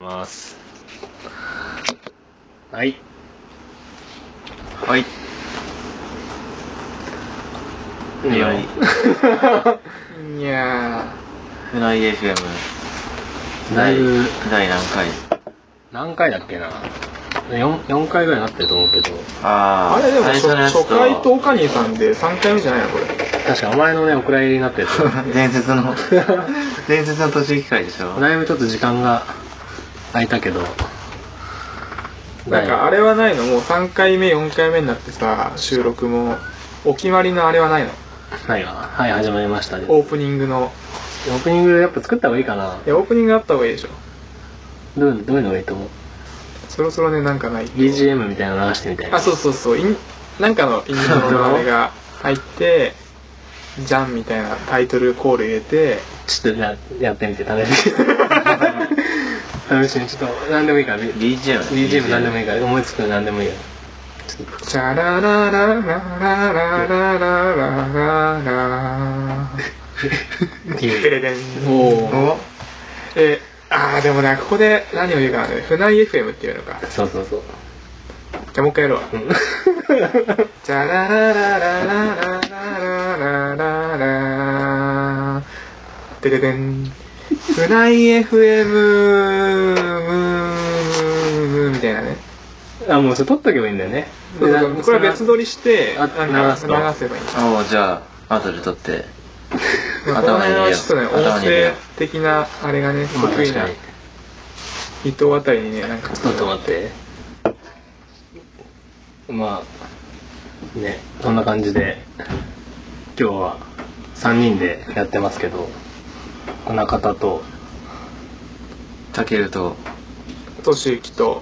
ます。はい。はい。いいよはい。 いやフライ FM。ー、だいぶ、第何回何回だっけな。4, 四回ぐらいになってると思うけど。ああーれでも最初初のやつと初回とオカニさんで3回目じゃないのこれ確かお前のね、お蔵入りになってる。 伝説の、伝説の途中機会でしょ。だいぶちょっと時間が空いたけど。なんかあれはないのもう3回目4回目になってさ収録もお決まりのあれはないのないわ。はい、始まりましたね。オオープニングの。ープニングやっぱ作った方がいいかないやオープニングあった方がいいでしょどうどういうのがいいと思うそろそろねなんかないと ?BGM みたいなの流してみたいな。あそうそうそうインなんかのイントロのあれが入ってじゃんみたいなタイトルコール入れてちょっとややってみて、 試しに。試しに、ちょっと何でもいいから。 BGM ね BGM 何でもいいから、思いつくの何でもいいから。ちょっとチャラララララララララララテレデンおおえー、あーでもねここで何を言うかなね船井 FM っていうのかじそうそうそう。ゃあもう一回やるわうんじゃららららららららららてれでん船井 FM みたいなねあ、もうそれ撮っとけばいいんだよね。そうそうそうでこれは別撮りしてあなんか流す流のせばいいおうじゃあ、後で撮って。この頭に入辺れようはちょっとね音頭に入れよう声的なあれがねまあ得意確かなに。伊藤あたりにねなんかちょっと待って。まあ、ね、こんな感じで、今日は3人でやってますけど、この方と、たけると、俊之と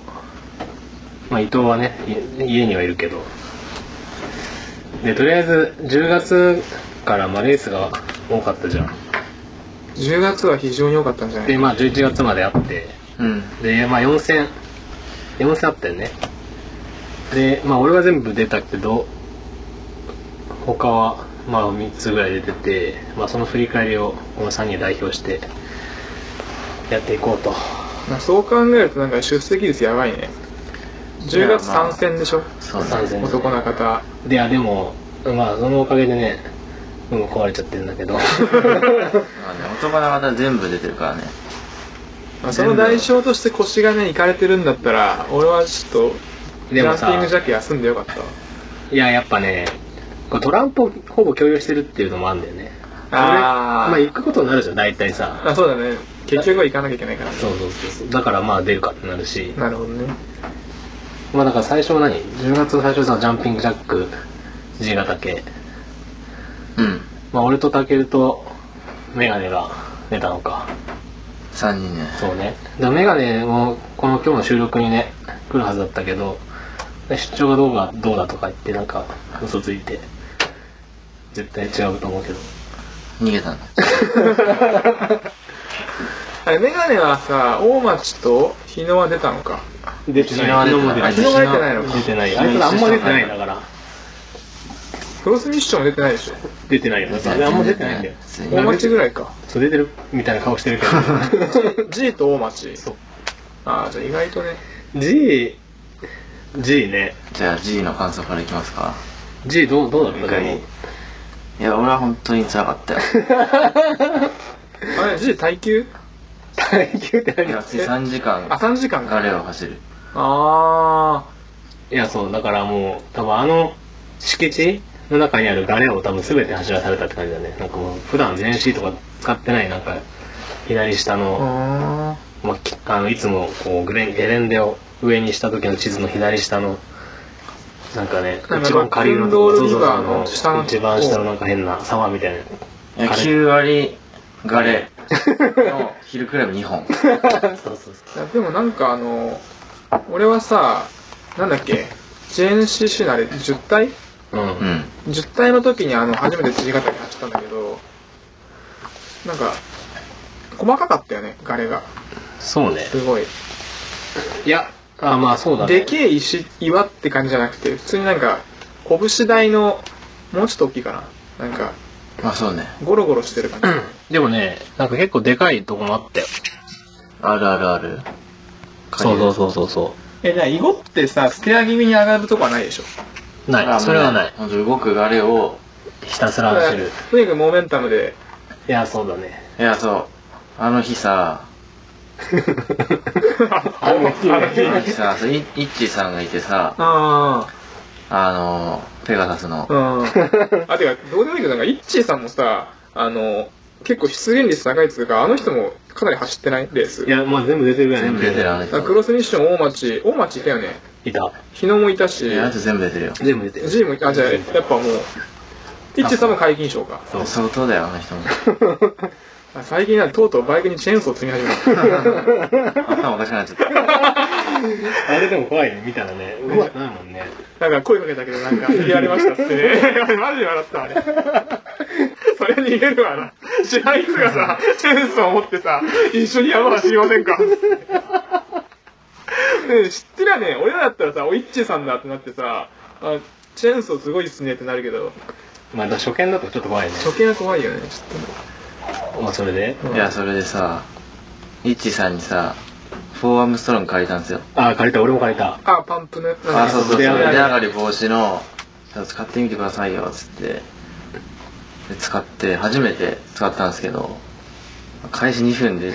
まあ、伊藤はねい家にはいるけどでとりあえず10月からまあレースが多かったじゃん10月は非常に良かったんじゃないでまあ11月まであってうん。でまあ4戦4戦あったよねでまあ俺は全部出たけど他はまあ3つぐらい出てて、まあ、その振り返りをこの3人代表してやっていこうとまあそう考えるとなんか出席率やばいね10月参戦でしょ、そうだ参ね。戦男の方であでもまあそのおかげでねうん壊れちゃってるんだけ どまあね、男の方全部出てるからね。まあその代償として腰がねいかれてるんだったら俺はちょっとジでャもンさピングジャック休んでよかったわいややっぱねこうトランプをほぼ共有してるっていうのもあるんだよねあーそれまあ行くことになるじゃん大体さあそうだね結局は行かなきゃいけないからねそうそうそうそうだからまあ出るかってなるしなるほどねまあだから最初は何10月の最初さジャンピングジャック G が竹うん。まあ俺とタケルとメガネが出たのか3人ね。そうね。だからメガネも、この今日の収録にね、来るはずだったけど、出張がどうがどうだとか言って、なんか、嘘ついて、絶対違うと 思うけど。逃げたんだ。あれメガネはさ大町と日野は出たのか出て昨日もは出出ててな。ないいあ昨日は出てないのか出てない。あいつらあんま出てないんだから。クロスミッションも出てないでしょ出てないよ。だからあんま出てないんだよ。出て大ない町ぐらい かそう、出てるみたいな顔してるけ ど。 G と大町そう。ああじゃあ意外とね G、G ね。じゃあ G の感想からいきますか。 G どう、どうだった他 にいや、俺は本当に辛かったよ。あれ G 耐久耐久ってい何や、3時間、あ3時間か彼を走る。あいや、そう、だからもう、多分あの敷地の中にあるガレを多分全て走らされたって感じだね。なんかもう、普段全 C とか使ってない、なんか、左下ーの、あまあ、きあのいつもこうグレン、ゲレンデを上にした時の地図の左下の、なんかねなん、か一番下流のとこ、ロックンロールリバーのそう下の一番下のなんか変な沢みたいな。いや彼9割ガレの昼クラブ2本。 そうそうそーいやでもなんかあの俺はさなんだっけ JNCC のあれ10体う。うん。うん。 10体の時にあの初めて縮型に走ったんだけどなんか細かかったよねガレがそうね。すごい、いや、あ、まあそうだね。でけえ石岩って感じじゃなくて普通になんか拳台のもうちょっと大きいかななんかまあそうね。ゴロゴロしてる感じでもね、なんか結構でかいとこもあったよ。あるあるある。そうそうそうそうそえ、じゃあ、囲碁ってさ、ステア気味に上がるとこはないでしょうないそれはないほんと動くあれを、ひたすら走るとにかくモメンタムで。いやそうだね いや、そう。あの日さ、あの日あの日 さ、そうイイッチーさんがいてさ、ああの、ペガサスのあ。。うん。あ、てか、どうでもいいけど、なんか、イッチーさんもさ、あの、結構出現率高いっつうか、あの人もかなり走ってないレース。いやもう全部出てるぐらい全部出てる、あのだから人。クロスミッション大町、大町いたよね。いた日野もいたし、いやあいつ全部出てるよ。全部出てる G もいた。あ、じゃあ、やっぱもう、イッチーさんも皆勤賞か。そう相当だよ、あの 人も。あ最近はとうとうバイクにチェーンソー積み始めた。 頭おかしくなっちゃった。あれでも怖いね見たらねうまくないもんねなんか声かけたけどな んか逃げられましたっつってね。 マジで笑ったあれ。それ逃げるわな。知らん人がさ、チェーンソーを持ってさ、一緒に山走りませんかね知ってりゃね、俺らだったらさ、おいっちさんだってなってさ、あチェーンソーすごいっすねってなるけど、まあだから初見だとちょっと怖いね初見は怖いよね、ちまあそれでょっと。いや、それでさ、イッチーさんにさ、フォーアームストロング借りたんですよ。あ借りた俺も借りたあ、パンプね。あ、そうそうそう。出出上がり上がり防止の、ちょっと使ってみてくださいよ、つって。で使って、初めて使ったんですけど、開始2分で、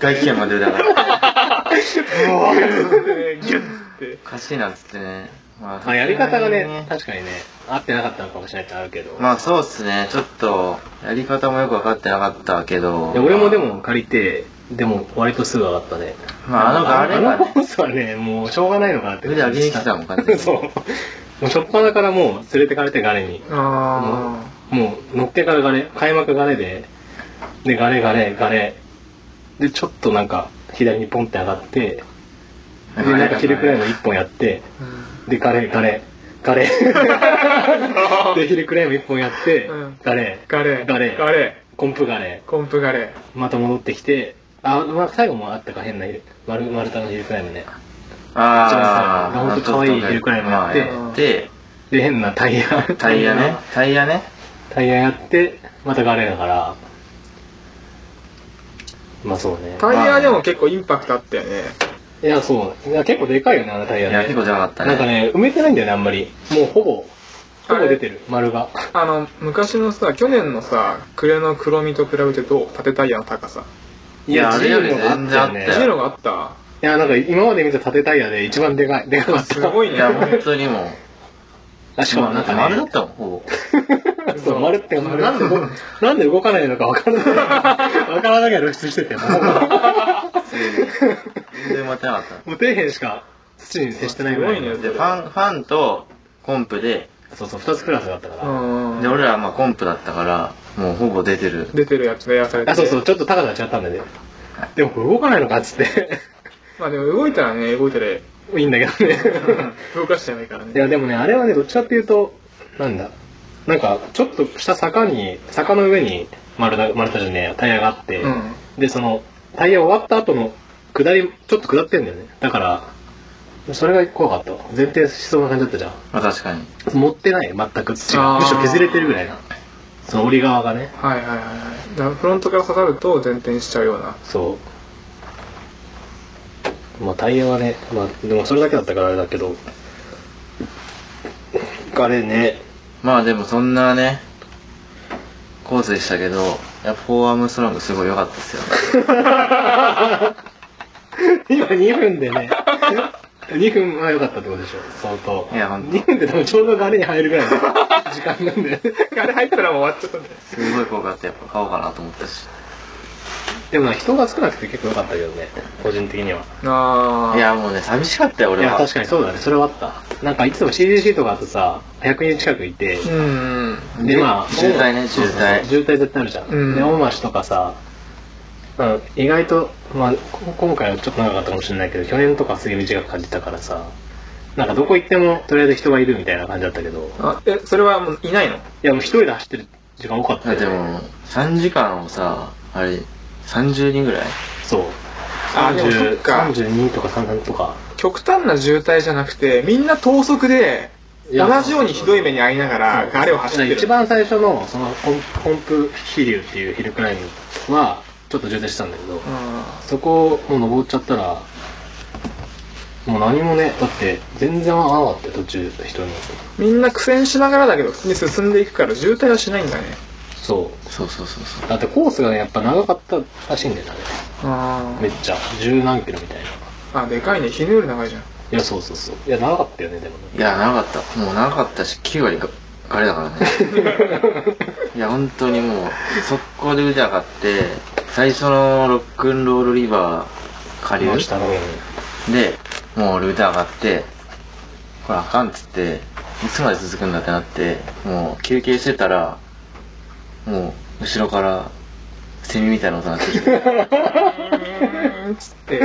外気圏まで出たから、ギュッて。おかしいな、つってね。まあやり方がね確かにね合ってなかったのかもしれないってあるけどまあそうっすね、ちょっと、やり方もよく分かってなかったけどい。や俺もでも借りてでも割とすぐ上がったねまああのああれれあはのねコースはねもうしょうがないのかなって腕上げに来たもん完全に そうもう初っ端からもう連れてかれてガレにあもう乗っけからガレ開幕ガレででガレガレガレでちょっとなんか左にポンって上がってでなんか昼くらいの1本やってあ。でガレガレガ レで昼くらいの1本やってうんガレガレー。ガレガレコンプガレー。コンプガレまた戻ってきてあ、まあ、最後もあったか変な昼丸丸太の昼くらいのねああ、ほんと可愛い昼くらいのやってまあでで変なタイヤタイヤね、タイヤね。タイヤやってまたガレだからまあそうねー。タイヤでも結構インパクトあったよね。いやそういや結構でかいよねあのタイヤねいや結構でかかったねなんかね埋めてないんだよねあんまりもうほぼほぼ出てる丸があの、昔のさ、去年のさ、暮れの黒みと比べてどう縦タイヤの高さ。いやあれより全然あったよいねジやーロがあったいやなんか今まで見た縦タイヤで一番でかいでかかったすごいいねや、本当にもう。あしかだもなっんてか、ね、丸だったもん、ほ そう、丸って、なんで動、なんで動かないのかわからない。わからないが露出してて、もぼ。全然待てなかっう、もう底辺しか土に接してないぐらいの。すた。ごいで、ねファン、ファンとコンプで、そうそう、二つクラスだったかうら。んで、。俺らはまあコンプだったから、もうほぼ出てる。出てるやつがやらされて。あ、そうそう、ちょっと高さ違ったんだね。でも、これ動かないのかっつって。 まあでも動いたらね、動いたらいいんだけど ね。動かしちゃないからいね。や、でもね、あれはね、どっちかっていうと、なんだ。なんか、ちょっとした坂に、坂の上に丸太、丸太じゃねえやタイヤがあって、うんで、その、タイヤ終わった後の、下り、ちょっと下ってんだよね。だから、それが怖かったわ。前提しそうな感じだったじゃまあ確かに。ん。持ってない、全く土が。あーむしろ削れてるぐらいな。その折り側がね。はいはいはいはい。だからフロントから刺さると前転しちゃうような。そう。まあ、タイヤはね、まあ、でもそれだけだったからあれだけど、あれね、まあでもそんなね、コースでしたけど、やっぱフォーアームストロングすごい良かったですよ。 今2分でね2分は良かったってことでしょ相当いやほんと2分で多分ちょうどガレに入るぐらいの時間なんで あれ入ったらもう終わっちゃったんだよ。すごい効果あってやっぱ買おうかなと思ったし。でもな人が少なくて結構良かったけどね個人的にはああ。いや、もうね、寂しかったよ、い俺やは。確かにそうだねそれはあったなんかいつも CGC とかあとさ100人近くいて、うん。でまあ渋滞ねそうそうそう渋滞渋滞絶対あるじゃん、うんで大町とかさまあ意外と、まあ、こ今回はちょっと長かったかもしれないけど去年とかすげえ短く感じたからさなんかどこ行ってもとりあえず人がいるみたいな感じだったけどいあえ、それはもういないのやもう一人で走ってる時間多かっだたってよ、ね、もう、3時間をさ、あれ、30人ぐらいそうあでもそっ30か32とか33とか極端な渋滞じゃなくて、みんな等速で、いや同じようにひどい目に遭いながら、ガレを走ってる。一番最初のそのコンコンプ飛竜っていうヒルクライムはちょっと渋滞してたんだけど、うん。そこをもう登っちゃったらもう何もねだって全然合わなかったよ途中人にみんな苦戦しながらだけど普通に進んでいくから渋滞はしないんだねそそうそうそうそううだってコースがねやっぱ長かったらしいんだよねあめっちゃ十何キロみたいないああでかいね日のより長いじゃんやそうそうそういや長かったよねでもねいや長かったもう長かったし9割があれだ からねいや本当にもう速攻で腕上がって最初のロックンロールリバー下流ましたねでもう俺腕上がってこれあかんっつっていつまで続くんだってなってもう休憩してたらもう後ろからセミみたいな音がしてきて うんつって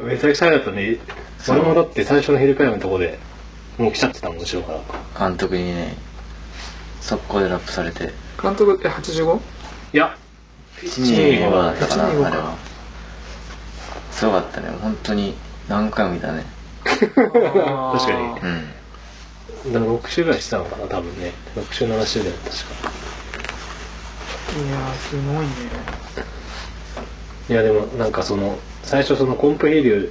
めちゃくちゃ早かったねそう俺もだって最初のヘルカイムのとこでもう来ちゃってたもん後ろから監督にね速攻でラップされて監督って 85? いや125だったかなあ125かれ はすごかったね本当に何回も見たねあー確かにうんだから6周ぐらいしてたのかな多分ね6周7周だよ確かいやーすごいねいやでもなんかその最初そのコンプヘリューっ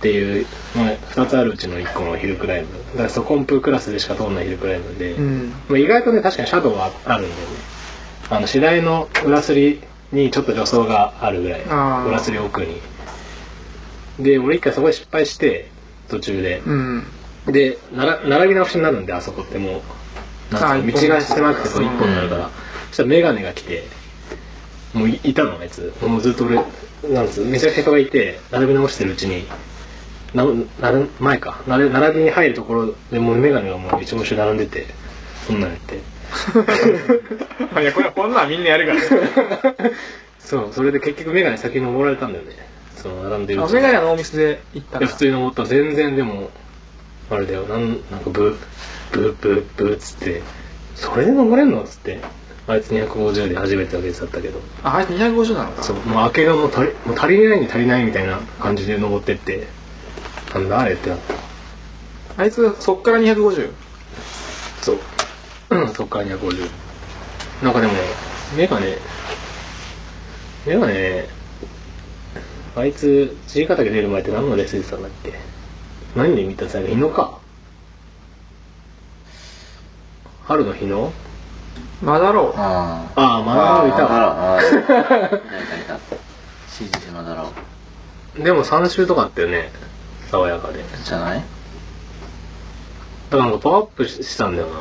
ていう、まあ、2つあるうちの1個のヒルクライムだからそのコンプクラスでしか通んないヒルクライムで、うんまあ、意外とね確かにシャドウはあるんだよねあの次第の裏すりにちょっと助走があるぐらいあー裏すり奥にで俺一回そこで失敗して途中で、うんでなら並び直しになるんであそこってもうあなん一か道本が狭くてそううん一本になるから、そしたら眼鏡が来てもういいたのあいつもうずっと俺なんつうめちゃくちゃ人がいて並び直してるうちにななる前かなれ並びに入るところでもう眼鏡がもう一応一緒に並んでてそんなんやっていやこれはこんなんみんなやるから そうそれで結局眼鏡先に登られたんだよねその並んでるあうちメにガネのお店で行ったいんやだ普通に登った全然でもあれだよなんなんかブーブーブーブーっつってそれで登れんのっつってあいつ250で初めてのレースだったけどああいつ250なのかそうもう明けがもう足りもう足りないに足りないみたいな感じで登ってってなんだあれってなったあいつそっから250そううんそっから250なんかでもねメガネメガネあいつ爺ヶ岳出る前って何のレース出てたんだっけ何で見た最後日野か春の日野マダロウあああマダラオいたわあーマ ダラオあーいたいたいた CG マダラオでも3周とかあったよね爽やかでだかじゃないらなんかパワーアップししたんだよな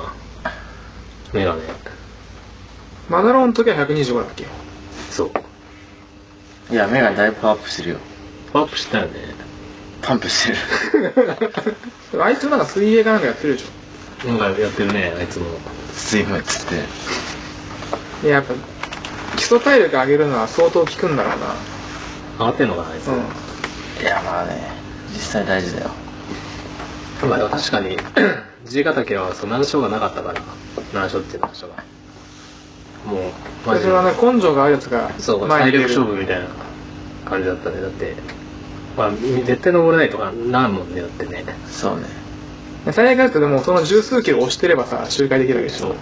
メガネマダロウの時は125だっけ そういやメガネだいぶパワーアップしてるよパワーアップしたよねパンプ してるでもあいつなんか水泳かなんかやってるでしなんかやってるねあいつも水分っつってょいややっぱ基礎体力上げるのは相当効くんだろうな上がってんのかなあいつ、ういやまあね実際大事だよまあ確かに 爺ヶ岳はそう難所がなかったから難所っていう難所がもうんマジそれはね根性があるやつがそう前体に出力る勝負みたいな感じだったねだってまあ絶対登れないとかなんもんねだってねそうね最悪だとでもその十数キロ押してればさ周回できるわけでしそょう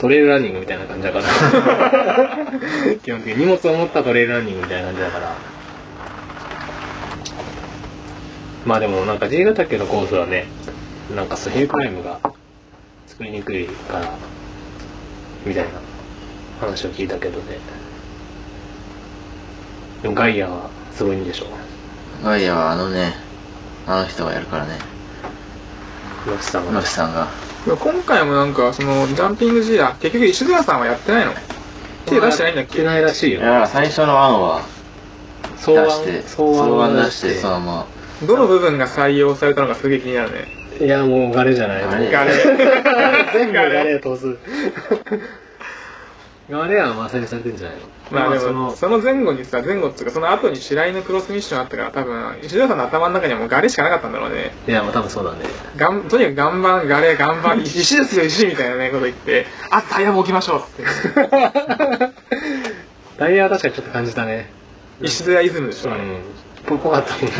トレイルランニングみたいな感じだから 基本的に荷物を持ったトレイルランニングみたいな感じだからまあでもなんか J ヶ岳のコースはねなんかそうヘルクライムが作りにくいからみたいな話を聞いたけどねでもガイアはすごいんでしょガイアはあのねあの人がやるからねノシさんは野口さんがでも今回もなんかそのジャンピングジア結局石塚さんはやってないの手出してないんだっやってけないらしいいやよだから最初の案は出草案して草草案案を出してそのまどの部分が採用されたのかすげえ気になるねいやもうガレじゃないガレガレ 全部ガレ通すガレはまさにされてんじゃないのまあでそものその前後にさ前後っていうかその後に白井のクロスミッションあったから多分石塚さんの頭の中にはもうガレしかなかったんだろうねいやまあ多分そうだねがんとにかく岩盤ガレ岩盤 石石ですよ石みたいなねこと言ってあタイヤも置きましょうっつってダイヤは確かにちょっと感じたね 石塚イズムでしうょあれんぽぽかったもん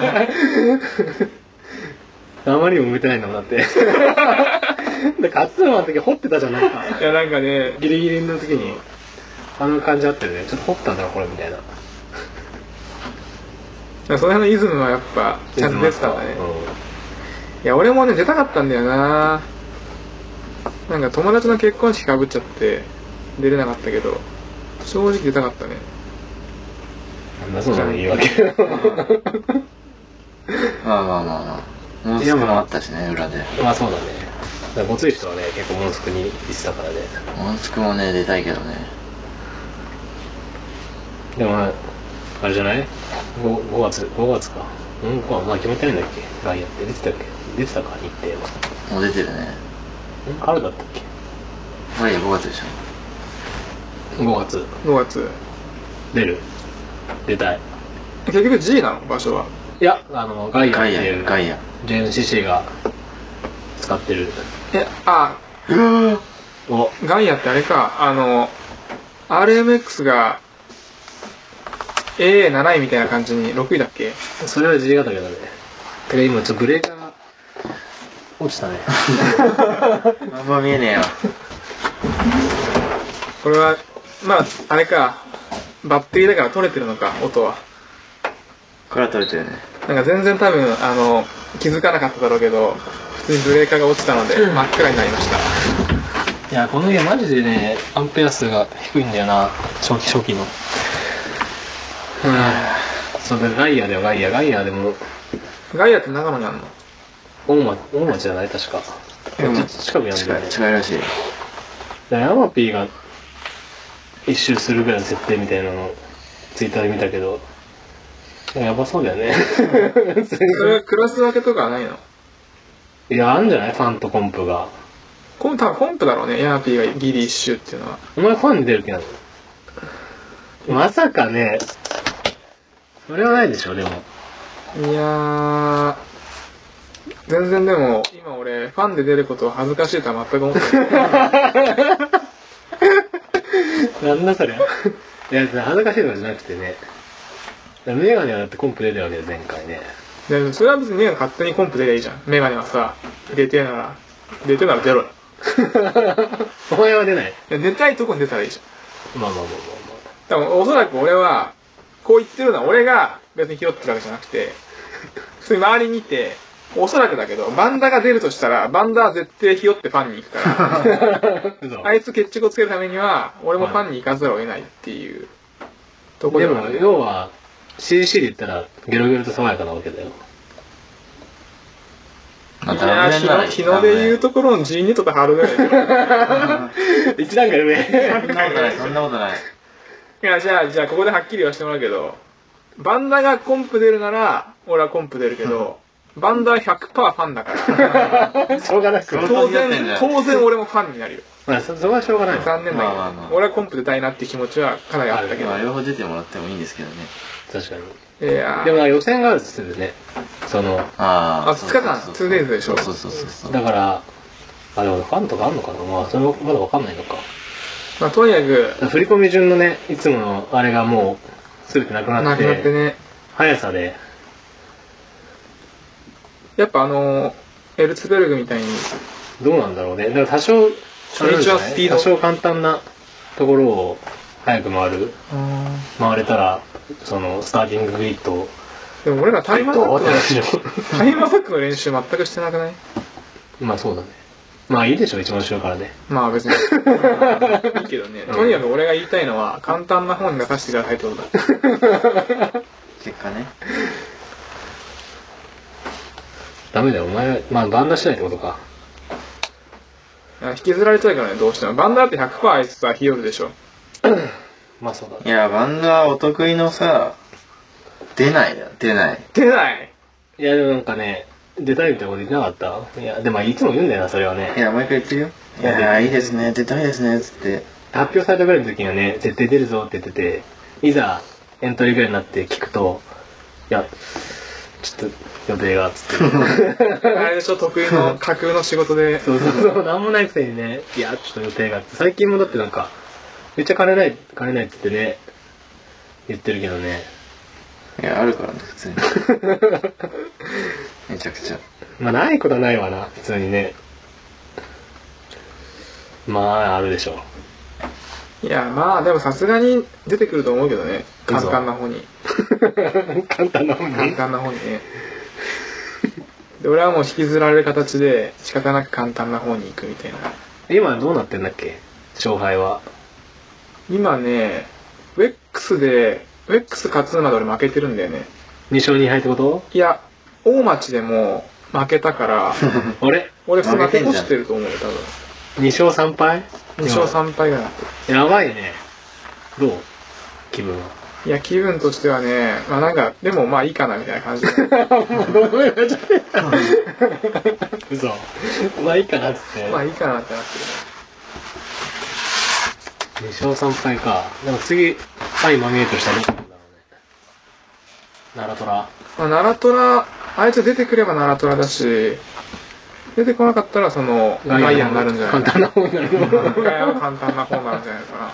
ね あまりにも向いてないんだもんだ ってだから勝浦の時掘ってたじゃんないいかやなんかねギリギリの時にあの感じあったよねちょっと掘ったんだろこれみたいなからその辺のイズムはやっぱちゃんと出てたんだね、いや俺もね出たかったんだよななんか友達の結婚式かぶっちゃって出れなかったけど正直出たかったねうん。なんだその言い訳。まあまあまあまあ。もうすぐもあったしね、裏で。まあそうだね。だからごつい人はね、結構モンスクに行ってたからね。モンスクもね、出たいけどね。でもまあ、あれじゃない 5, ?5 月、5月か。うん、5まあ決めてないんだっけ外野って出てたっけ出てたか日程は。もう出てるね。うん春だったっけはい、5月でしょ。 5月5月出る出たい結局 G なの場所はいやあのガイアっていうガイア JNCC が使ってるえあうおガイアってあれかあの RMX が A7 位みたいな感じに6位だっけそれは G 型だねてか今ちょっとブレーカー落ちた ねあんま見えねえよ。これはまああれかバッテリーだから取れてるのか音はこれは取れてるね。なんか全然多分あの気づかなかっただろうけど普通にブレーカーが落ちたので真っ暗になりましたいやこの家マジでねアンペア数が低いんだよな初期初期のうんそれでガイアだよガイアガイアでもガイアって長野にあるの大町大町じゃない確かうんちょっと近くにあるん近だよねい、近いらしい。でヤマピーが一周するぐらいの設定みたいなのをツイッターで見たけどやばそうだよね それはクラス分けとかはないのいやあるんじゃないファンとコンプがコン多分コンプだろうねヤナピーがギリ一周っていうのはお前ファンで出る気なのまさかねそれはないでしょでもいやー全然でも今俺ファンで出ることを恥ずかしいとは全く思ってないなんだそれ いや恥ずかしいのじゃなくてねメガネはだってコンプ出てるわけで前回ね でもそれは別にね勝手にコンプ出りゃいいじゃんメガネはさ出てえなら出てえなら出ろよお前は出ないいや出たいとこに出たらいいじゃんまあまあまあまあでもおそらく俺はこう言ってるのは俺が別に拾ってるわけじゃなくて 普通に周りにいておそらくだけどバンダが出るとしたらバンダは絶対ひよってファンに行くからまああいつ決着をつけるためには俺もファンに行かざるを得ないっていうとこでろだもよね要は CC で言ったらゲロゲロと爽やかなわけだ よまあ、い残やー念日なのら日の出言うところの G2 とかハルぐらい だよ一段階そん上なことない、そんなことない。いやじゃあじゃあここではっきり言わせてもらうけどバンダがコンプ出るなら俺はコンプ出るけど、バンダは100%ファンだか らしょうがな くそ当当然然当然俺もファンになるよまあそそこはしょうがない残念だけど、まあまあまあ俺はコンプ出たいなって気持ちはかなりあったけど、まあ、両方出てもらってもいいんですけどね。確かにいやーでもな予選があるっつってたよねそのああ。あ二日間そうそうそうツーデイズでしょそうそうそうそう。だからあでもファンとかあんのかなまあそれはまだわかんないのかまあ、とにかくだから振り込み順のねいつものあれがもう全てなくななっくてなってね速さでやっぱあのーエルツベルグみたいにどうなんだろうねだから多少初日はスピード多少簡単なところを速く回る回れたらそのスターティンググリッドをでも俺らタイマーサックの終わってないタイマーサックの練習全くしてなくない まあそうだねまあいいでしょ一番後ろからねまあ別に いいけどねうんとにかく俺が言いたいのは簡単な本に出させてくださいってことだ 結果ね。ダメだよお前はまあバンダしないってことか あ引きずられちゃうからねどうしてもバンダーって100%あいつさ日和でしょまあそうだいや、バンドはお得意のさ、出ないよ、出ない。出ないいやでもなんかね出たいみたいなこと言ってなかったいやでもいつも言うんだよなそれはねいや、もう一回言ってるよ。いや、いいですね、出たいですね、つって。発表されたぐらいの時にはね絶対出るぞって言ってていざエントリーぐらいになって聞くといやちょっと予定がっつってあ れでしょ得意の架空の仕事でそうそうそう、なんもないくせにね、いや、ちょっと予定があって、最近もだってなんか、めっちゃ金ない、金ないって言ってね、言ってるけど ね、いや、あるからね、普 通に。めちゃくちゃ。まあ、ないことはないわな、普通にね。まあ、あるで しょいやまあでもさすがに出てくると思うけどね嘘簡単な方に簡単な本に簡単な本にねで俺はもう引きずられる形で仕方なく簡単な方に行くみたいな今どうなってんだっけ勝敗は今ねウェックスでウェックス勝つまで俺負けてるんだよね2勝2敗ってこといや大町でも負けたから 俺俺負け越してると思うよ多分2勝3敗2勝3敗ぐらいだったやばいねどう気分 はいや気分としてはねまあなんかでもまあいいかなみたいな感 じもうどうでもよくなっちゃって嘘まあいいかなっつってまあいいかなってなって2勝3敗かでも次ファイマミエとしたらどうなんだろうね奈良虎る、まあ、奈良虎あいつ出てくれば奈良虎だし出てこなかったらそのガイアになるんじゃない簡単な方になるのガイアは簡単な方になるんじゃないか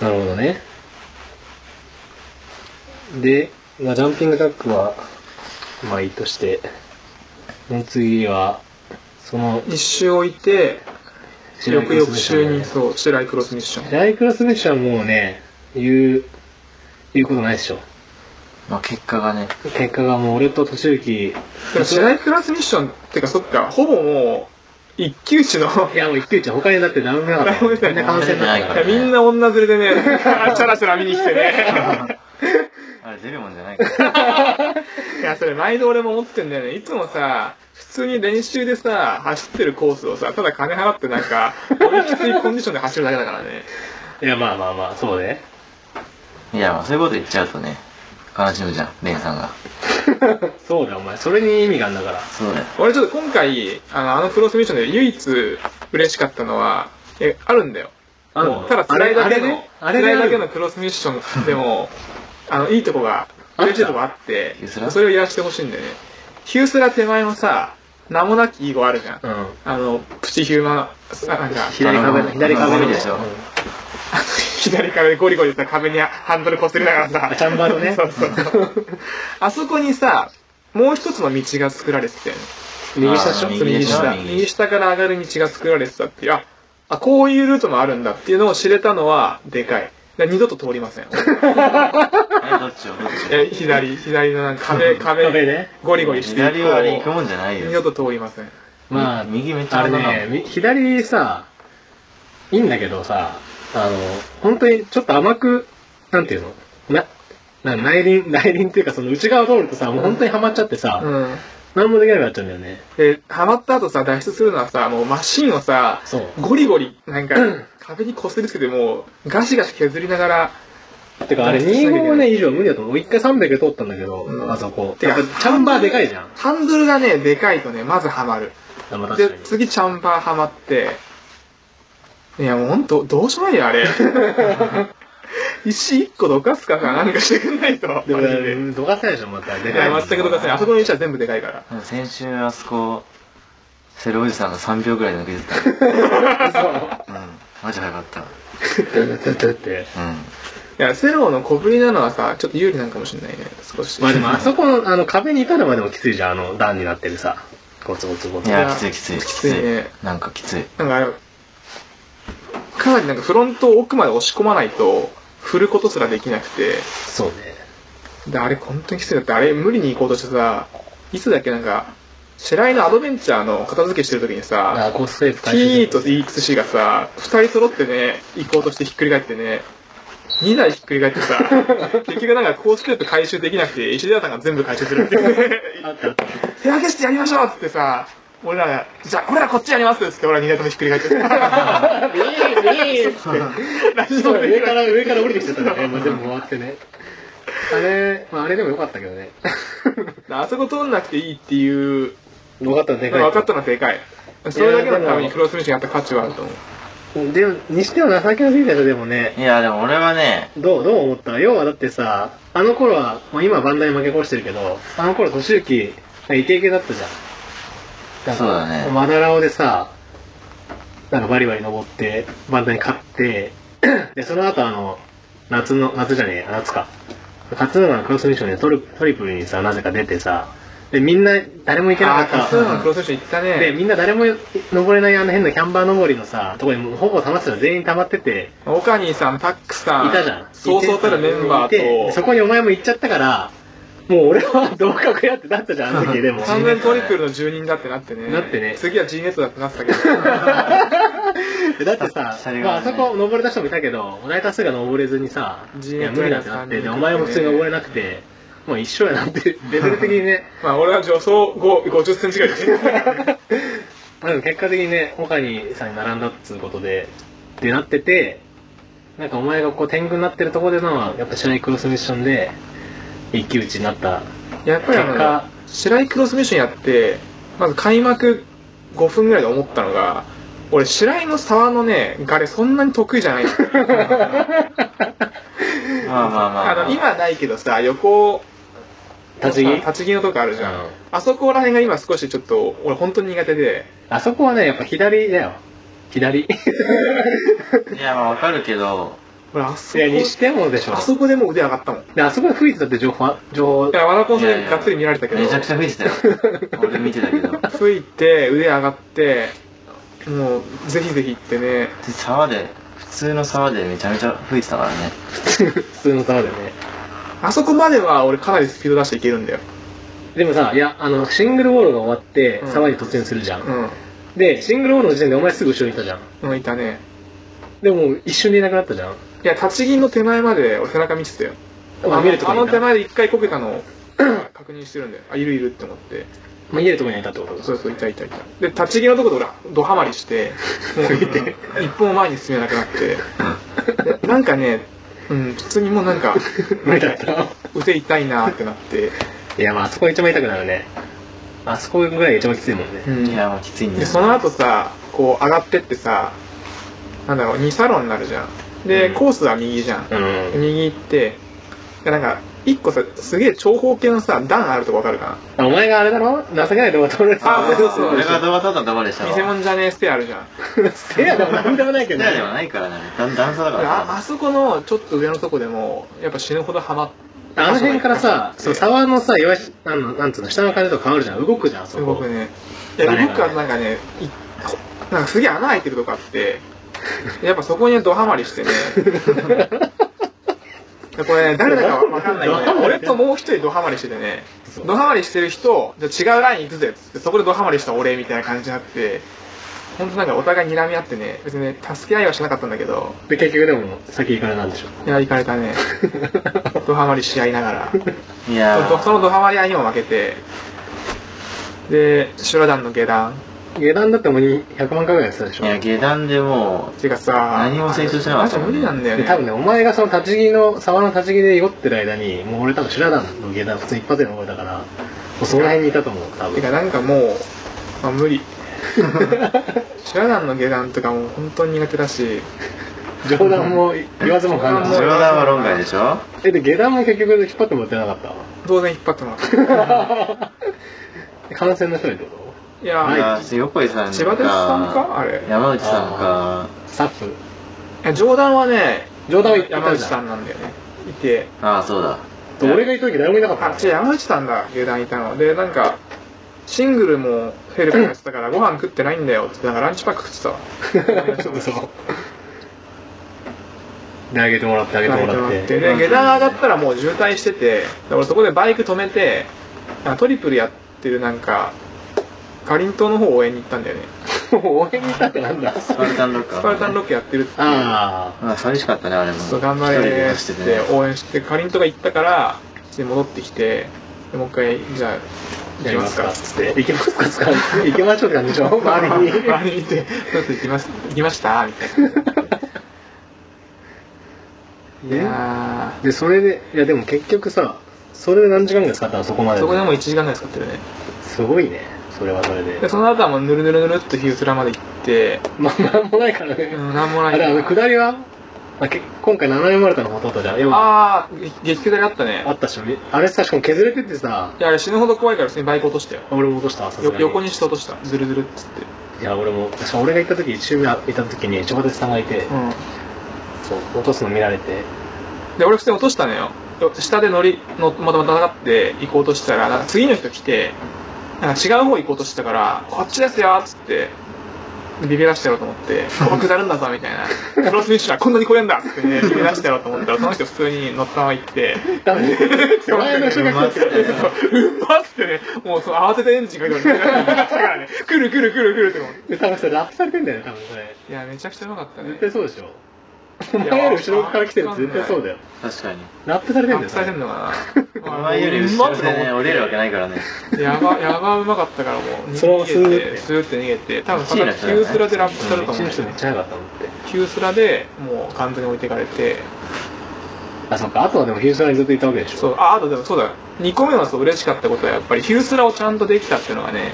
ななるほどね。で、まあ、ジャンピングタックは、まあいいとして、で次は、その、一周置いて白い翌クロス々ミッションだ週ねにそう白いクロスミッションライクロスミッションはもうね、言う、言うことないでしょ。まあ結果がね、結果がもう俺と敏之、でも白いクロスミッションってかそっかほぼもう一騎打ちのいやもう一騎打ちは他にだってダメなかったダメよ。みだよんな感染だったかいやら。みんな女連れでね、 なんかチャラチャラ見に来てね。 あれ出るもんじゃないから。いや、それ毎度俺も思ってんだよね。いつもさ、普通に練習でさ、走ってるコースをさ、ただ金払ってなんか、 俺きついコンディションで走るだけだからね。いやまあまあまあ、そう ね。 いや、まあそういうこと言っちゃうとね、悲しむじゃん、レンさんが。そうだよお前。それに意味があんだから。そうだよ。俺ちょっと今回、あの、あのクロスミッションで唯一嬉しかったのは、え、あるんだよ。あもうただ辛いだけの、あれ辛いあだれけでのクロスミッシ ョンでも、あの、いいとこが、あった嬉しいとこあってヒュースラ、それをやらしてほしいんだよね。ヒュースラ手前のさ、名もなき囲碁あるじゃん。うん。あの、プチヒューマン、さなんか、左壁の、左壁のでしょうんあの 左壁でゴリゴリさ、壁にハンドルこすりながらさ、チャンバルねそうそうそう。あそこにさ、もう一つの道が作られてたよね。右下でしょあーそう右下。右右下から上がる道が作られてたっていう、あ、あこういうルートもあるんだっていうのを知れたのは、でかい。で二度と通りま せん。え、どっちよ、どっちえ左、左のなんか壁、壁、壁ねゴリゴリしてい左はあれ行くもんじゃない二よ。度と通りません。まあ、み右めっちゃあれ危なかねった、み左さ、いいんだけどさ、あの、本当にちょっと甘く、なんていうのな、な内輪、内輪っていうかその内側通るとさ、もう本当にはまっちゃってさ、うん。なんもできなくなっちゃうんだよね。で、ハマった後さ、脱出するのはさ、もうマシンをさそう、ゴリゴリ、なんか、壁に擦りつけて、もう、ガシガシ削りながら、てかあれ脱出しなきゃいけ25ないね以上無理だと思う。一回300通ったんだけど、うんあそこ。てやかっぱチャンバーでかいじゃん。ハンドルがね、でかいとね、まずハマる。あまあ確かでに、。次、チャンバーハマって、いや、もうほんと、どうしようもないよ、あれ。 石一個どかすかさ、なんかしてくんないと。でもマジでね、どかせないでしょ、また。でいかいもんや、ね。全くどかせない。あそこの石は全部でかいから。でも先週あそこ、セルおじさんが3秒ぐらいで抜けてた。 うん。マジ早かった。だって。うん。いや、セローの小ぶりなのはさ、ちょっと有利なんかもしれないね、少し。まあでもあそこのあの壁に至るまでもきついじゃん、あの段になってるさ。ゴツゴツゴいツ。や、きついきつい。きついねなんかきつい。なんかあれ、かなりなんかフロントを奥まで押し込まないと、振ることすらできなくて、そうね。で、あれ本当にきついだって、あれ無理に行こうとしてさ、いつだっけなんか、白井のアドベンチャーの片付けしてる時にあ、さ、コースセーフ T と EXC がさ、二人揃ってね、行こうとしてひっくり返ってね、2台ひっくり返っ てさ、結局なんかコースクープ回収できなくて、石田さんが全部回収するっていうね手分けしてやりましょうっつってさ、俺らが、じゃあ俺らこっちやりますっつって俺ら2台ともひっくり返ってさ。 ラジオで上から、上から降りてきちゃったからね。もう全部回ってね。あれ、まああれでもよかったけどね。 あそこ通んなくていいっていう分かったのでかい。分かったのはでかいそれだけのためにクロスミッションやった価値はあると思うでも、にしては情けなすぎたでしょ、でもねい。や、でも俺はね、どう、どう思った要はだってさ、あの頃は、まあ、今バンダイ負け越してるけど、あの頃、年行き、イケイケだったじゃん。なんかそうだねまだらおでさ、なんかバリバリ登って、バンダイ勝って、 で、その後あの、夏の、夏じゃねえ、夏か。勝つのがクロスミッションでトリトリプルにさ、なぜか出てさ、で、みんな、誰も行けなあー、か多っ数た。のプロセッション行ったね。で、みんな誰も登れないあの変なキャンバー登りのさ、とこにもうほぼ溜まってたら全員溜まってて、オカニーさん、タックさん、いたじゃん。そうそうたるメンバいてーと、そこにお前も行っちゃったから、もう俺は同格やってなったじゃん、あの 時でも。完全トリプルの住人だってなってね。なってね次は G ネットだってなってたけど。 だってさ、それがまあ、ねあそこ登れた人もいたけど、同じ多数が登れずにさ、いジーやネット無理だってなって、で、お前も普通に登れなくて、もう一緒やなって、レベル的にね、まあ、俺は助走5 50センチぐらいで まあでも結果的にね、他にさんに並んだっつうことで、ってなってて、なんかお前がこう天狗になってるところでの、やっぱ白井クロスミッションで、一騎打ちになった。やっぱりあ結果の、白井クロスミッションやって、まず開幕5分ぐらいで思ったのが、俺、白井の沢のね、ガレそんなに得意じ ゃないんですよまあまあまあ。あの、今ないけどさ、横、立ち木立ち木のとこあるじゃん。うんあそこら辺が今少しちょっと、俺本当に苦手で、あそこはね、やっぱ左だよ。 左。いや、まあわかるけど、俺あそいこ、や、にしてもでしょ。あそこでもう腕上がったもん。いであそこが吹いてたって情報は、情報や、和田コンさんいにやがっつり見られたけど、めちゃくちゃ吹い てたよ。俺見てたけど。吹いて、腕上がって、もう、ぜひぜひ行ってね、で沢で、普通の沢でめちゃめちゃ吹いてたからね。普通の球だよね。あそこまでは俺かなりスピード出していけるんだよ。でもさ、いや、あの、シングルウォールが終わってう、ん沢に突入するじゃん。うで、シングルウォールの時点でお前すぐ後ろにいたじゃん。ん。うん、いたね。でも、一瞬でいなくなったじゃん。いや、立ち銀の手前まで俺背中見てたよ。あまあの見えるとこあにいたの手前で一回こけたの を確認してるんだよ。あ、いるいるって思って。まあ、家でとこにはいたってことそうそう、いたいたいた。で、立ち銀のとこで俺、ドハマりして、もう一歩も前に進めなくなって。でなんかね、うん、普通にもうな んか、 無理だ った。腕痛いなーってなって。いや、まあ、あそこが一番痛くなるね。あそこぐらいが一番きついもんね。うんいや、もうきついんだでよ。その後さこう上がってってさなんだろう2サロンになるじゃんで、うんコースは右じゃん、うん右行ってでなんか1個さすげえ長方形のさ段あるとこわかるかあお前があれだろ情けないとこ取れてあーそうそう俺がドバタだドバでしたなわ。偽物じゃねえステアあるじゃ んせやでもなんでもないけいどやでもないからね。だ段差だかで あらあさ。そこのちょっと上のとこでもやっぱ死ぬほどハマっあの辺からさ、そう、触沢のさ、弱いし、あの、なんつうの、下の感じとか変わるじゃん。動くじゃん、あそすこ。ご くねいやあれ僕はなんかねいなんかすげえ穴開いてるとこあってやっぱそこにドハマりしてね でこれ、ね、誰だかわかんないけドハマど、り俺ともう一人ドハマりしててね、ドハマりしてる人、じゃあ違うライン行くぜっつって、そこでドハマりした俺みたいな感じになって、本当なんかお互い睨み合ってね、別にね、助け合いはしなかったんだけど、で、結局でも、先行かれなんでしょ。いや、行かれ たね、ドハマりし合いながら、いやそのー、ドハマり合いにも負けて、で、修羅団の下段、下段だってもう100万回ぐらいやってたでしょ。いや、下段でもてかさ、何も成長しなかったあれマジ無理なんだよね。多分ね、お前がその立ち木の、沢の立ち木で酔ってる間に、もう俺多分白段の下段普通一発で登れたから、もうその辺にいたと思う、多て分。かなんかもう、まあ、無理。修羅団の下段とかもう本当に苦手だし、冗談も言わずも感う、うじ上ない。段は論外でしょえ、で、下段も結局引っ張ってもらってなかっ当然引っ張っても らった。た。感染の人にってこいいやや、ー、横井さん千葉哲さんかあれ山内さんか。とサップ。いや冗談はね、冗談は言ってたじゃん山内さんなんだよね。いて、ああ、そうだ。で俺がいた時誰もいなかったあか、違う、ら。。山内さんだ、下段いたの。で、なんか、シングルもフェルプやってたから、ご飯食ってないんだよって、なんかランチパック食ってた わそうで、あげてもらって、あげてもらって。で、下段上がったらもう渋滞してて、で俺そこでバイク止めて、あトリプルやってるなんか、かりんとうの方応援に行ったんだよね。応援にいたってなんだスパルタンロック。スパルタンロックやってるっていう。あああ、寂しかったね、あれも。そう頑張一れ人で走ーっってててね。応援してかりんとうが行ったからで戻ってきてでもう一回じゃああ、行きますかっつって行きますかっつか。行きましょうって感じでしょ周りに。周りにいてちょっと行きます行きましたみ た いないやで、それで、いやでも結局さ、それで何時間ぐらい使ったのそこまーで。そこでもう1時間ぐらい使ってるねすごいね。それはそれでで。その後はもうぬるぬるぬるっとヒュースラまで行ってまあ、なんもないからね。うんなんもないあれ、あの、下りはあけ今回7年丸太の弟じゃん。でもあああ激下りあったねったっしょ。あれさ、しかも削れててさ、いやあれ死ぬほど怖いから普通にバイク落としたよ俺も落としたわ、さすがよに。横にして落としたズルズルっつっていや、俺も、確か俺が行った時、1周目行った時に、ジョバテスさんがいて、うんそう、落とすの見られて、で俺普通に落としたのよ下で乗りのまたまた上がって行こうとしたらなんか次の人来てなんか違う方行こうとしてたからこっちですよっつってビビらしてやろうと思って「ここ下るんだぞ」みたいな「プロスミッシュはこんなに来れんだ」っつってねビビらしてやろうと思ったらその人普通に乗ったまま行ってダ メって思ってねうんまっつってねもうその慌ててエンジンかけてるからね来る来る来る来るって思ってで多分それラップされてんだよね多分それいやめちゃくちゃうまかったね絶対そうでしょお前より後ろから来てるの絶対そうだよ確かに。ラップされてんだよ隠されてんのかおな 前より後ろでね、降りるわけないからね。やばやばうまかったからもうそのまま逃スーッげててスーッて逃げて多分1位だったよね急スラでラップされるとう思ちうんの人めっだよねちゃ早かったもんって急スラでもう完全に置いていかれてあそっかあとはでもヒュースラにずっといたわけでしょ そうああとでもそうだ2個目のそう嬉しかったことはやっぱりヒュースラをちゃんとできたっていうのがね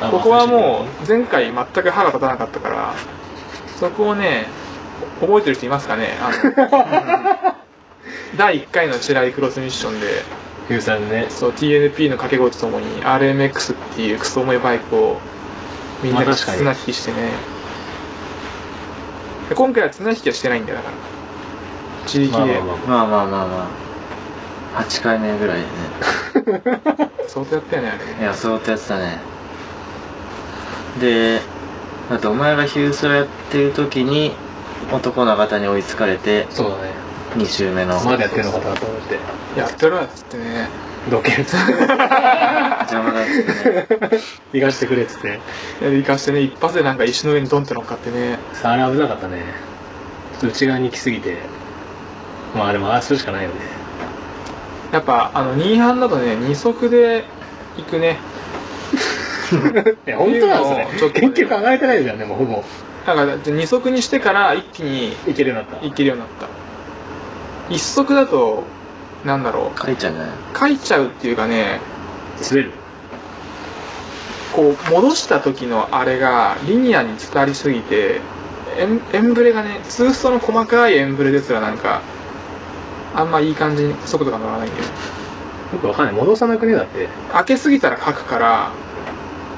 あここはまもあう前回全く歯が立たなかったからそこをね覚えてる人いますかね あの第1回の白井クロスミッションでヒュースラで ねそう TNP の掛け声とともに RMX っていうクソ重いバイクをみんなまあで確かに綱引きしてね、で今回は綱引きはしてないんだよだから自力で、まあまあまあまあまあまあまあ。8回目ぐらいでね。相当やったよねあれねいや、そうってやってたね。で、だってお前がヒュースラやってる時に、男の方に追いつかれて、そうだね2周目の。まだやってんのかなと思ってやってろよっつってねどけるっつっ邪魔だっつってね。て逃がしてくれっつってで行かしてね一発でなんか石の上にドンって乗っかってねさああれ危なかったねちょっと内側に来すぎてまあでもああするしかないよねやっぱあの2班だとね2足で行くね いや本当なんですっていうのをねちょっ研とね究考えてないじゃんねもうほぼだから2足にしてから一気にいけるようになった行けるようになった1足だとなんだろ書いちゃうね。う書いちゃうっていうかね滑るこう戻した時のあれがリニアに伝わりすぎてエンエンブレがねツーストの細かいエンブレですらなんかあんまいい感じに速度が乗らないんだよねよくわかんない戻さなくねだって開けすぎたら書くから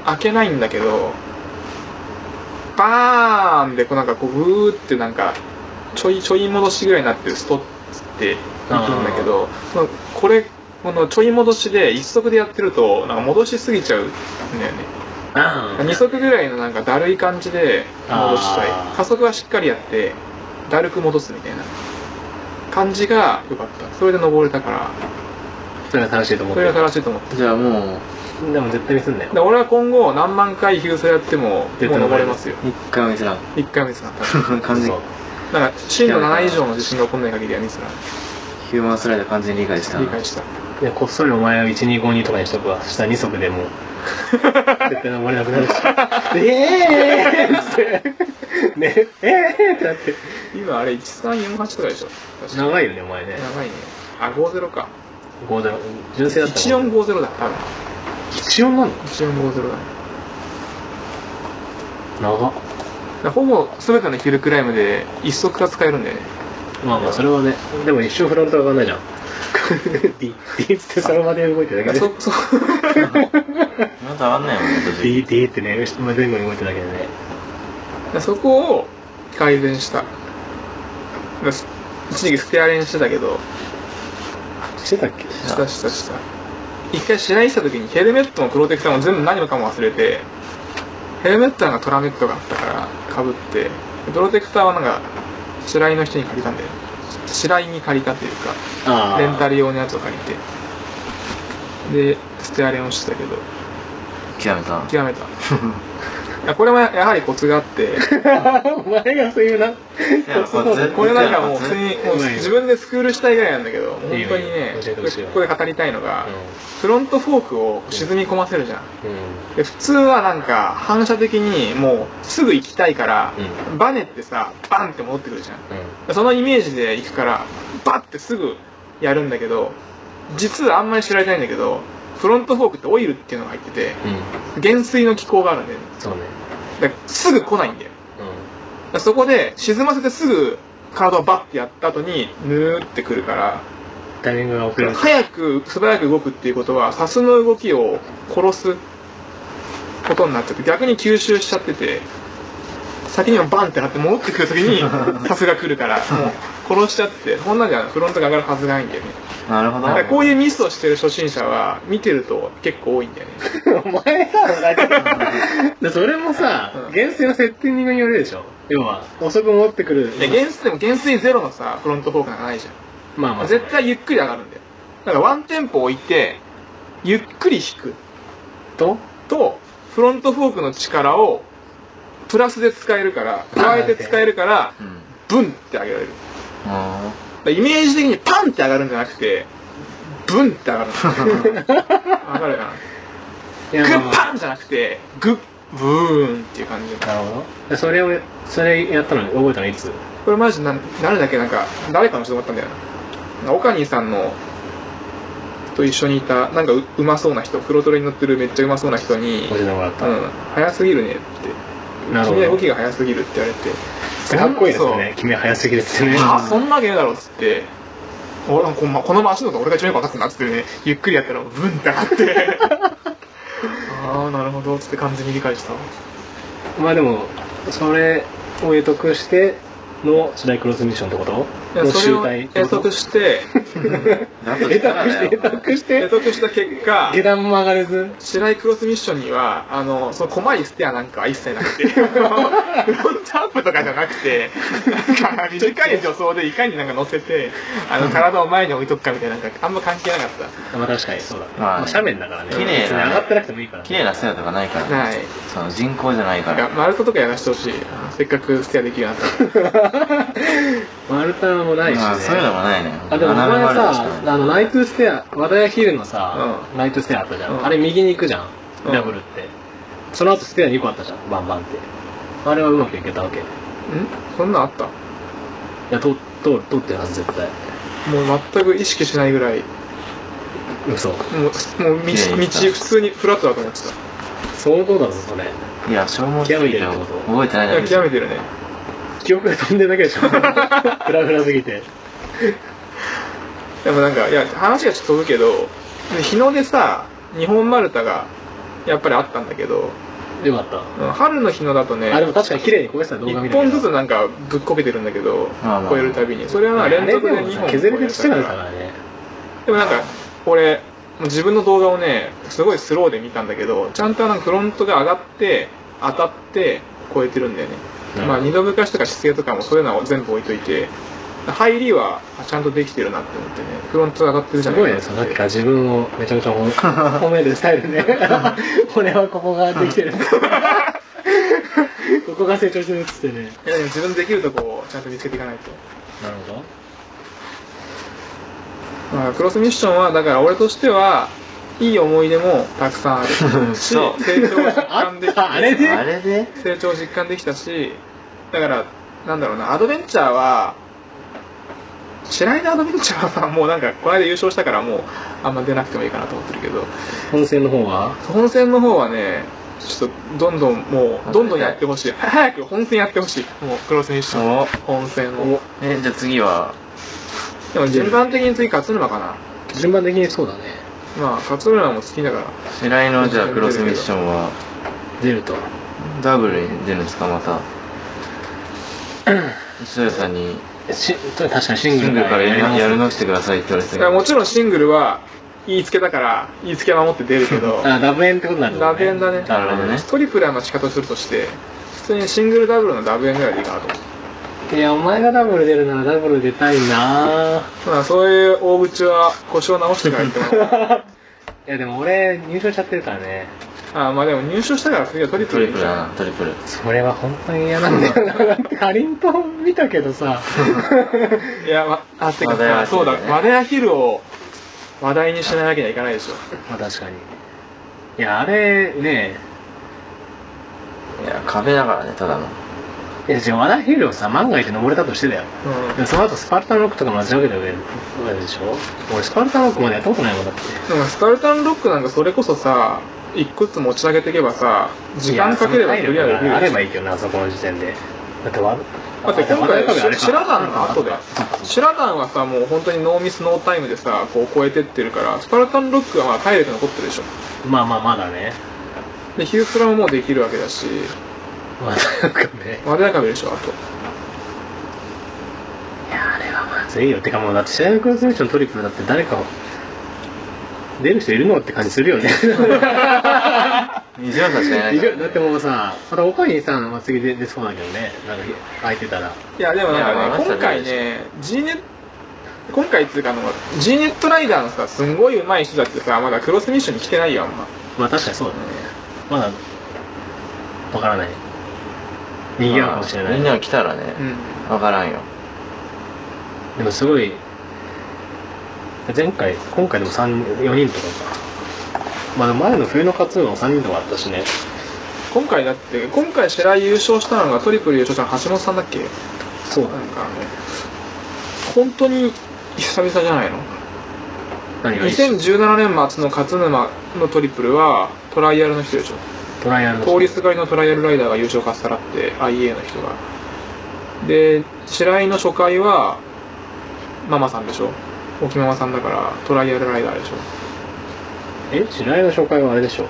開けないんだけどバーンでこうなんかこうグーってなんかちょいちょい戻しぐらいになってストッつっていくんだけどそのこれこのちょい戻しで一足でやってるとなんか戻しすぎちゃうんだよねあ2足ぐらいのなんかだるい感じで戻したあーい加速はしっかりやってだるく戻すみたいな感じが良かったそれで登れたからそれが正しいと思っそてれがる正しいと思ったじゃあもう、でも絶対ミスんなよだから俺は今後何万回ヒュースラやってももう絶対登登れれまますすよ1回も見せ な。 1回もミスなった完全そにう、らだから震度7以上の地震が起こんない限りはミスなヒューマンスライド完全に理解したな。い理解したでこっそりお前は1252とかにしとくわ下2足でもう絶対登れなくなる しええーってねええーってなって今あれ1348とかでしょ確か長いよねお前ね長いねあ50か50純正だったもん1450だ多分14なの1450だね長っだからほぼ全てのヒルクライムで一足が使えるんだよねまあまあそれはねでも一生フロントが上がんないじゃん ディディってその場で動いてるだけでそ そまだ上がんないもんね、ディディってね前後に動いてるだけでねそこを改善しただから一時期ステアレンしてたけどしてたっけしたしたした一回試合した時にヘルメットもプロテクターも全部何もかも忘れてヘルメットなんかトラメットがあったからかぶってプロテクターはなんか白井の人に借りたんだよ白井に借りたっていうあかーレンタル用のやつを借りてでステアレンをしてたけど極めた。極めたいやこれもややはりコツが あってお前がそう いうなやこれ絶対これなんかもう普通にもううまいよ自分でスクールしたいぐらいなんだけど本当にいいよいいねよ教えてこほれしいよここで語りたいのがフロントフォークを沈み込ませるじゃんうで普通はなんか反射的にもうすぐ行きたいから、うんバネってさバンって戻ってくるじゃんんうんそのイメージで行くからバッてすぐやるんだけど実はあんまり知られてないんだけどフロントフォークってオイルっていうのが入っててうん減衰の機構があるんだよねそうねだからすぐ来ないんだようだからそこで沈ませてすぐ体をバッてやった後にヌーってくるからんタイミングが遅れる早く素早く動くっていうことはサスの動きを殺すことになっちゃって逆に吸収しちゃってて先にもバンってなって戻ってくる時に さすが来るからもう殺しちゃってこんなんじゃフロントが上がるはずがないんだよね なるほだからこど。ういうミスをしてる初心者は見てると結構多いんだよねお前らだけでそれもさうん厳正のセッティングによるでしょ要は遅く戻ってくるいや減衰でも減衰ゼロのさフロントフォークなんかないじゃんまあまあ絶対ゆっくり上がるんだよだからワンテンポ置いてゆっくり引くととフロントフォークの力をプラスで使えるから加えて使えるからうん。ブンって上げられるあだからイメージ的にパンって上がるんじゃなくてブンって上がるのわかるかないグやまあッまパあンじゃなくてグッブーンっていう感じなるほどでそれをそれやったのに覚えたのいつこれマジな誰だっけなんか誰かの人だったんだよなオカニさんのと一緒にいたなんかううまそうな人黒トレに乗ってるめっちゃうまそうな人に「教えてもらっうた、ん、早すぎるね」って「なるほど君は動きが早すぎる」って言われてかっこいいですね君は早すぎですそうねあそんなわけねえだろっつって俺こんまこのマシンのこと俺が一番よく分かってんなっつってねゆっくりやったらブンって上がってああなるほどっつって完全に理解したまあでもそれを得得しての初代クロスミッションってこといやのそれ集を大って得こと 得してあ。得得して得得して得得した結果下段も上がれず白井クロスミッションにはあのその細いステアなんかは一切なくてフロントアップとかじゃなくてなんか短い助走でいかになんか乗せてあの体を前に置いとくかみたいななんかあんま関係なかっまあ確かにそうだ、まあまあ、斜面だからね綺麗別にな上がってなくてもいいから、ね、綺麗なステアとかないかたら。はいその人工じゃないかなんらか。丸太とかやらしてほしいせっかくステアできるようになったら 丸太もないし、ねまあそういうのもないね。あでもお前斜め丸さでしかないあのナイトステア和田屋ヒルのさ、うんナイトステアあったじゃん、うんあれ右に行くじゃん、うんダブルってその後ステア2個あったじゃんバンバンってあれはうまくいけたわけいんそんなんあったや通通通ってるはず絶対もう全く意識しないぐらい嘘もうもう道いやい道やいや普通にフラットだと思ってた相当だぞそれいや、消耗すぎて覚えてないいやじゃ極なめいてるね記憶が飛んでるだけで しょフラフラすぎてでもなんかいや話がちょっと飛ぶけど日の出さ日本丸太がやっぱりあったんだけどよかった、うん春の日のだとねあでも確かに綺麗にこうやってた動画見たけ1ど本ずつなんかぶっこけてるんだけどまあまあ超えるたびにそれはまあ連続であれ2も本削れてきてからだ超かえらねたでもなんか俺自分の動画をねすごいスローで見たんだけどちゃんとなんかフロントが上がって当たって超えてるんだよねなるほどまあ二度ぶかしとか姿勢とかもそういうのを全部置いといて入りはちゃんとできてるなって思ってねフロントが上がってるじすゃないごいかなね、っさってきから自分をめちゃくちゃ褒め褒めるスタイルね。俺はここができてる。ここが成長してるっつってね。いやでも自分できるとこをちゃんと見つけていかないと、なるほど。まあ、クロスミッションはだから俺としてはいい思い出もたくさんある し成そう長を実感できあったあれであれで成長を実感できたしだからなんだろうなアドベンチャーは白井のアドベンチャーはさもうなんかこの間優勝したからもうあんま出なくてもいいかなと思ってるけど本戦の方は本戦の方はねちょっとどんどんもうどんどんやってほしい早く本戦やってほしいもうクロスミッションお本戦をおえ、じゃあ次は、でも順番的に次勝沼かな順番的にそうだね。まあ勝村も好きだから白井のじゃあクロスミッションは、出ると。ダブルに出るんですか、また。石田さんに、し確かにシシンングルグルからやりなやりの。直してくださいって言われてだからもちろんシングルは言いつけだから言いつけ守って出るけ どあ、ダブエンってことになるんダブエンだねなるほどね。トリプルの仕方をするとして普通にシングルダブルのダブルぐらいでいいかなと思いや、お前がダブル出るならダブル出たいなぁ。うまあそういう大口は腰を直してから言っても らう いや、でも俺、入賞しちゃってるからね。ああまあでも入賞したから次はトリプトルリでいプいルじゃだんな、トリプル。それは本当に嫌なんだよな。だって、かりんとう見たけど さ。 いや、まあ、てか話題はさそうだそうだね和田やヒルを話題にしないわけにはいかないでしょまあ確かに。いや、あれね、いや、壁だからね、ただの。いや、じゃあ、和田ヒルをさ、万が一登れたとしてだよ。うんでもその後、スパルタンロックとか間違けたわけでしょ俺、スパルタンロックまでやったことないもんだって。でもスパルタンロックなんかそれこそさ一個ずつ持ち上げていけばさ時間かければいクやその体力リアできがるでしょあればいいけどな、そこの時点で。だって、わだって今和田ヒルあ回れシュラダンの後であシュラダンはさもう本当にノーミスノータイムでさこう超えてってるからスパルタンロックはまあ体力残ってるでしょまあまあ、まだね。でヒュースラももうできるわけだしまあなんかね割れ中身でしょあといやあれはまずいよてかもうだって白井クロスミッショントリプルだって誰かを出る人いるのって感じするよね20歳しかいないいからねるだってもうさまた岡にさんまあ次出出そうだけどねなんか空いてたらいやでもいやなんまかあね今回ね G ネ今回っていうかあの G ネットライダーのさすんごい上手い人たちってさまだクロスミッションに来てないよあんままあ確かにそうだねまだわからないにぎわうかもしれない、まあみんなが来たらね、うわからんよでもすごい前回今回でも三4人とかかまあ前の冬の活動も3人とかあったしね今回だって今回白井優勝したのがトリプル優勝したの橋本さんだっけそうなんかね本当に久々じゃないの何がいい2017年末の勝沼のトリプルはトライアルの人でしょトライアルの通りすがりのトライアルライダーが優勝かっさらって IA の人がで白井の初回はママさんでしょ沖ママさんだからトライアルライダーでしょえ白井の紹介はあれでしょ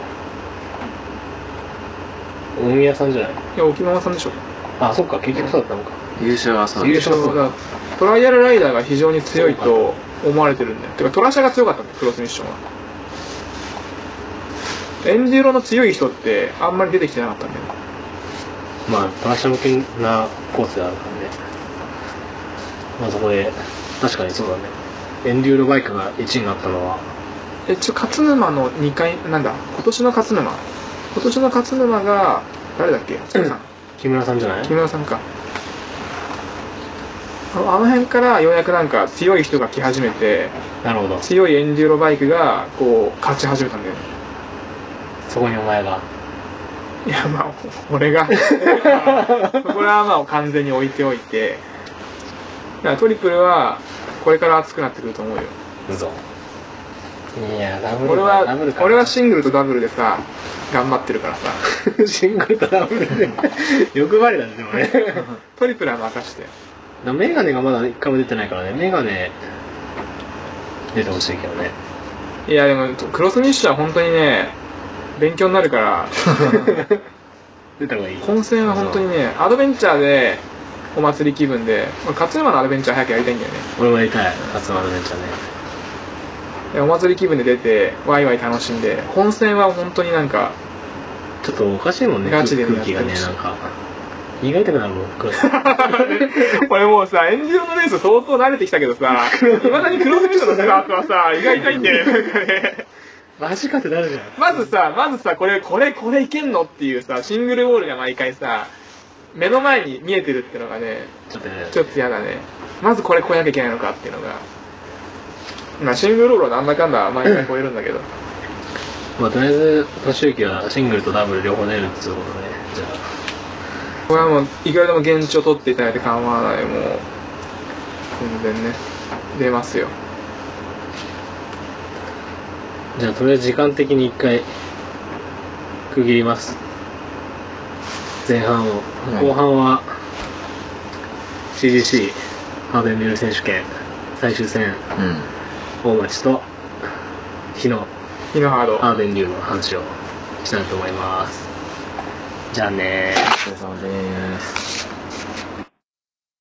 大宮さんじゃないいや沖ママさんでしょあそっか結局そうだったのか優勝はそう優だ勝だトライアルライダーが非常に強いと思われてるんだよてかトラシャが強かったんだよクロスミッションはエンデュロの強い人ってあんまり出てきてなかったんだよまあトラッシュ向けなコースであるからねまあそこで確かにそうだねエンデューロバイクが1位になったのはえちょ勝沼の2回なんだ今年の勝沼今年の勝沼が誰だっけさん木村さんじゃない木村さんかあのあの辺からようやくなんか強い人が来始めてなるほど強いエンデューロバイクがこう勝ち始めたんだよねそこにお前がいやまあ俺 がこれはまあ完全に置いておいてだからトリプルはこれから熱くなってくると思うよ嘘いやダブル俺はダブルか俺はシングルとダブルでさ頑張ってるからさ シングルとダブル で欲張りなんですよねトリプルは任してでもメガネがまだ一回も出てないからねメガネ出てほしいけど ねいやでもクロスミッションは本当にね勉強になるから 出た方がいい本戦は本当にねアドベンチャーでお祭り気分で俺勝山のアドベンチャー早くやりたいんだよね俺もやりたい初のアドベンチャーねお祭り気分で出てワイワイ楽しんで本戦は本当になんかちょっとおかしいもんねガチで空気がねやってるしなんか胃が痛くなるもんクロス 俺もうさ、エンジンのレース相当慣れてきたけどさ、いまだにクロスミッションのスパークはさ、胃が痛いんだよね、なんかね。マジかってなるじゃんまずさ、まずさ、これ、これ、これいけんのっていうさ、シングルウォールが毎回さ、目の前に見えてるってのがね、ちょっとねちょっと嫌だね。まずこれ超えなきゃいけないのかっていうのが。まあ、シングルウォールはなんだかんだ毎回超えるんだけど。まあとりあえず俊之はシングルとダブル両方出るっつうことねじゃこれはもう、いくらでも現地を取っていただいて構わない、もう。全然ね、出ますよ。あじゃあとりあえず時間的に一回区切ります前半をはい後半は CGC ハードエンデル選手権最終戦うん大町と日野日のハード。アーデン・リュウの話をしたいと思います。じゃあねー。お疲れ様です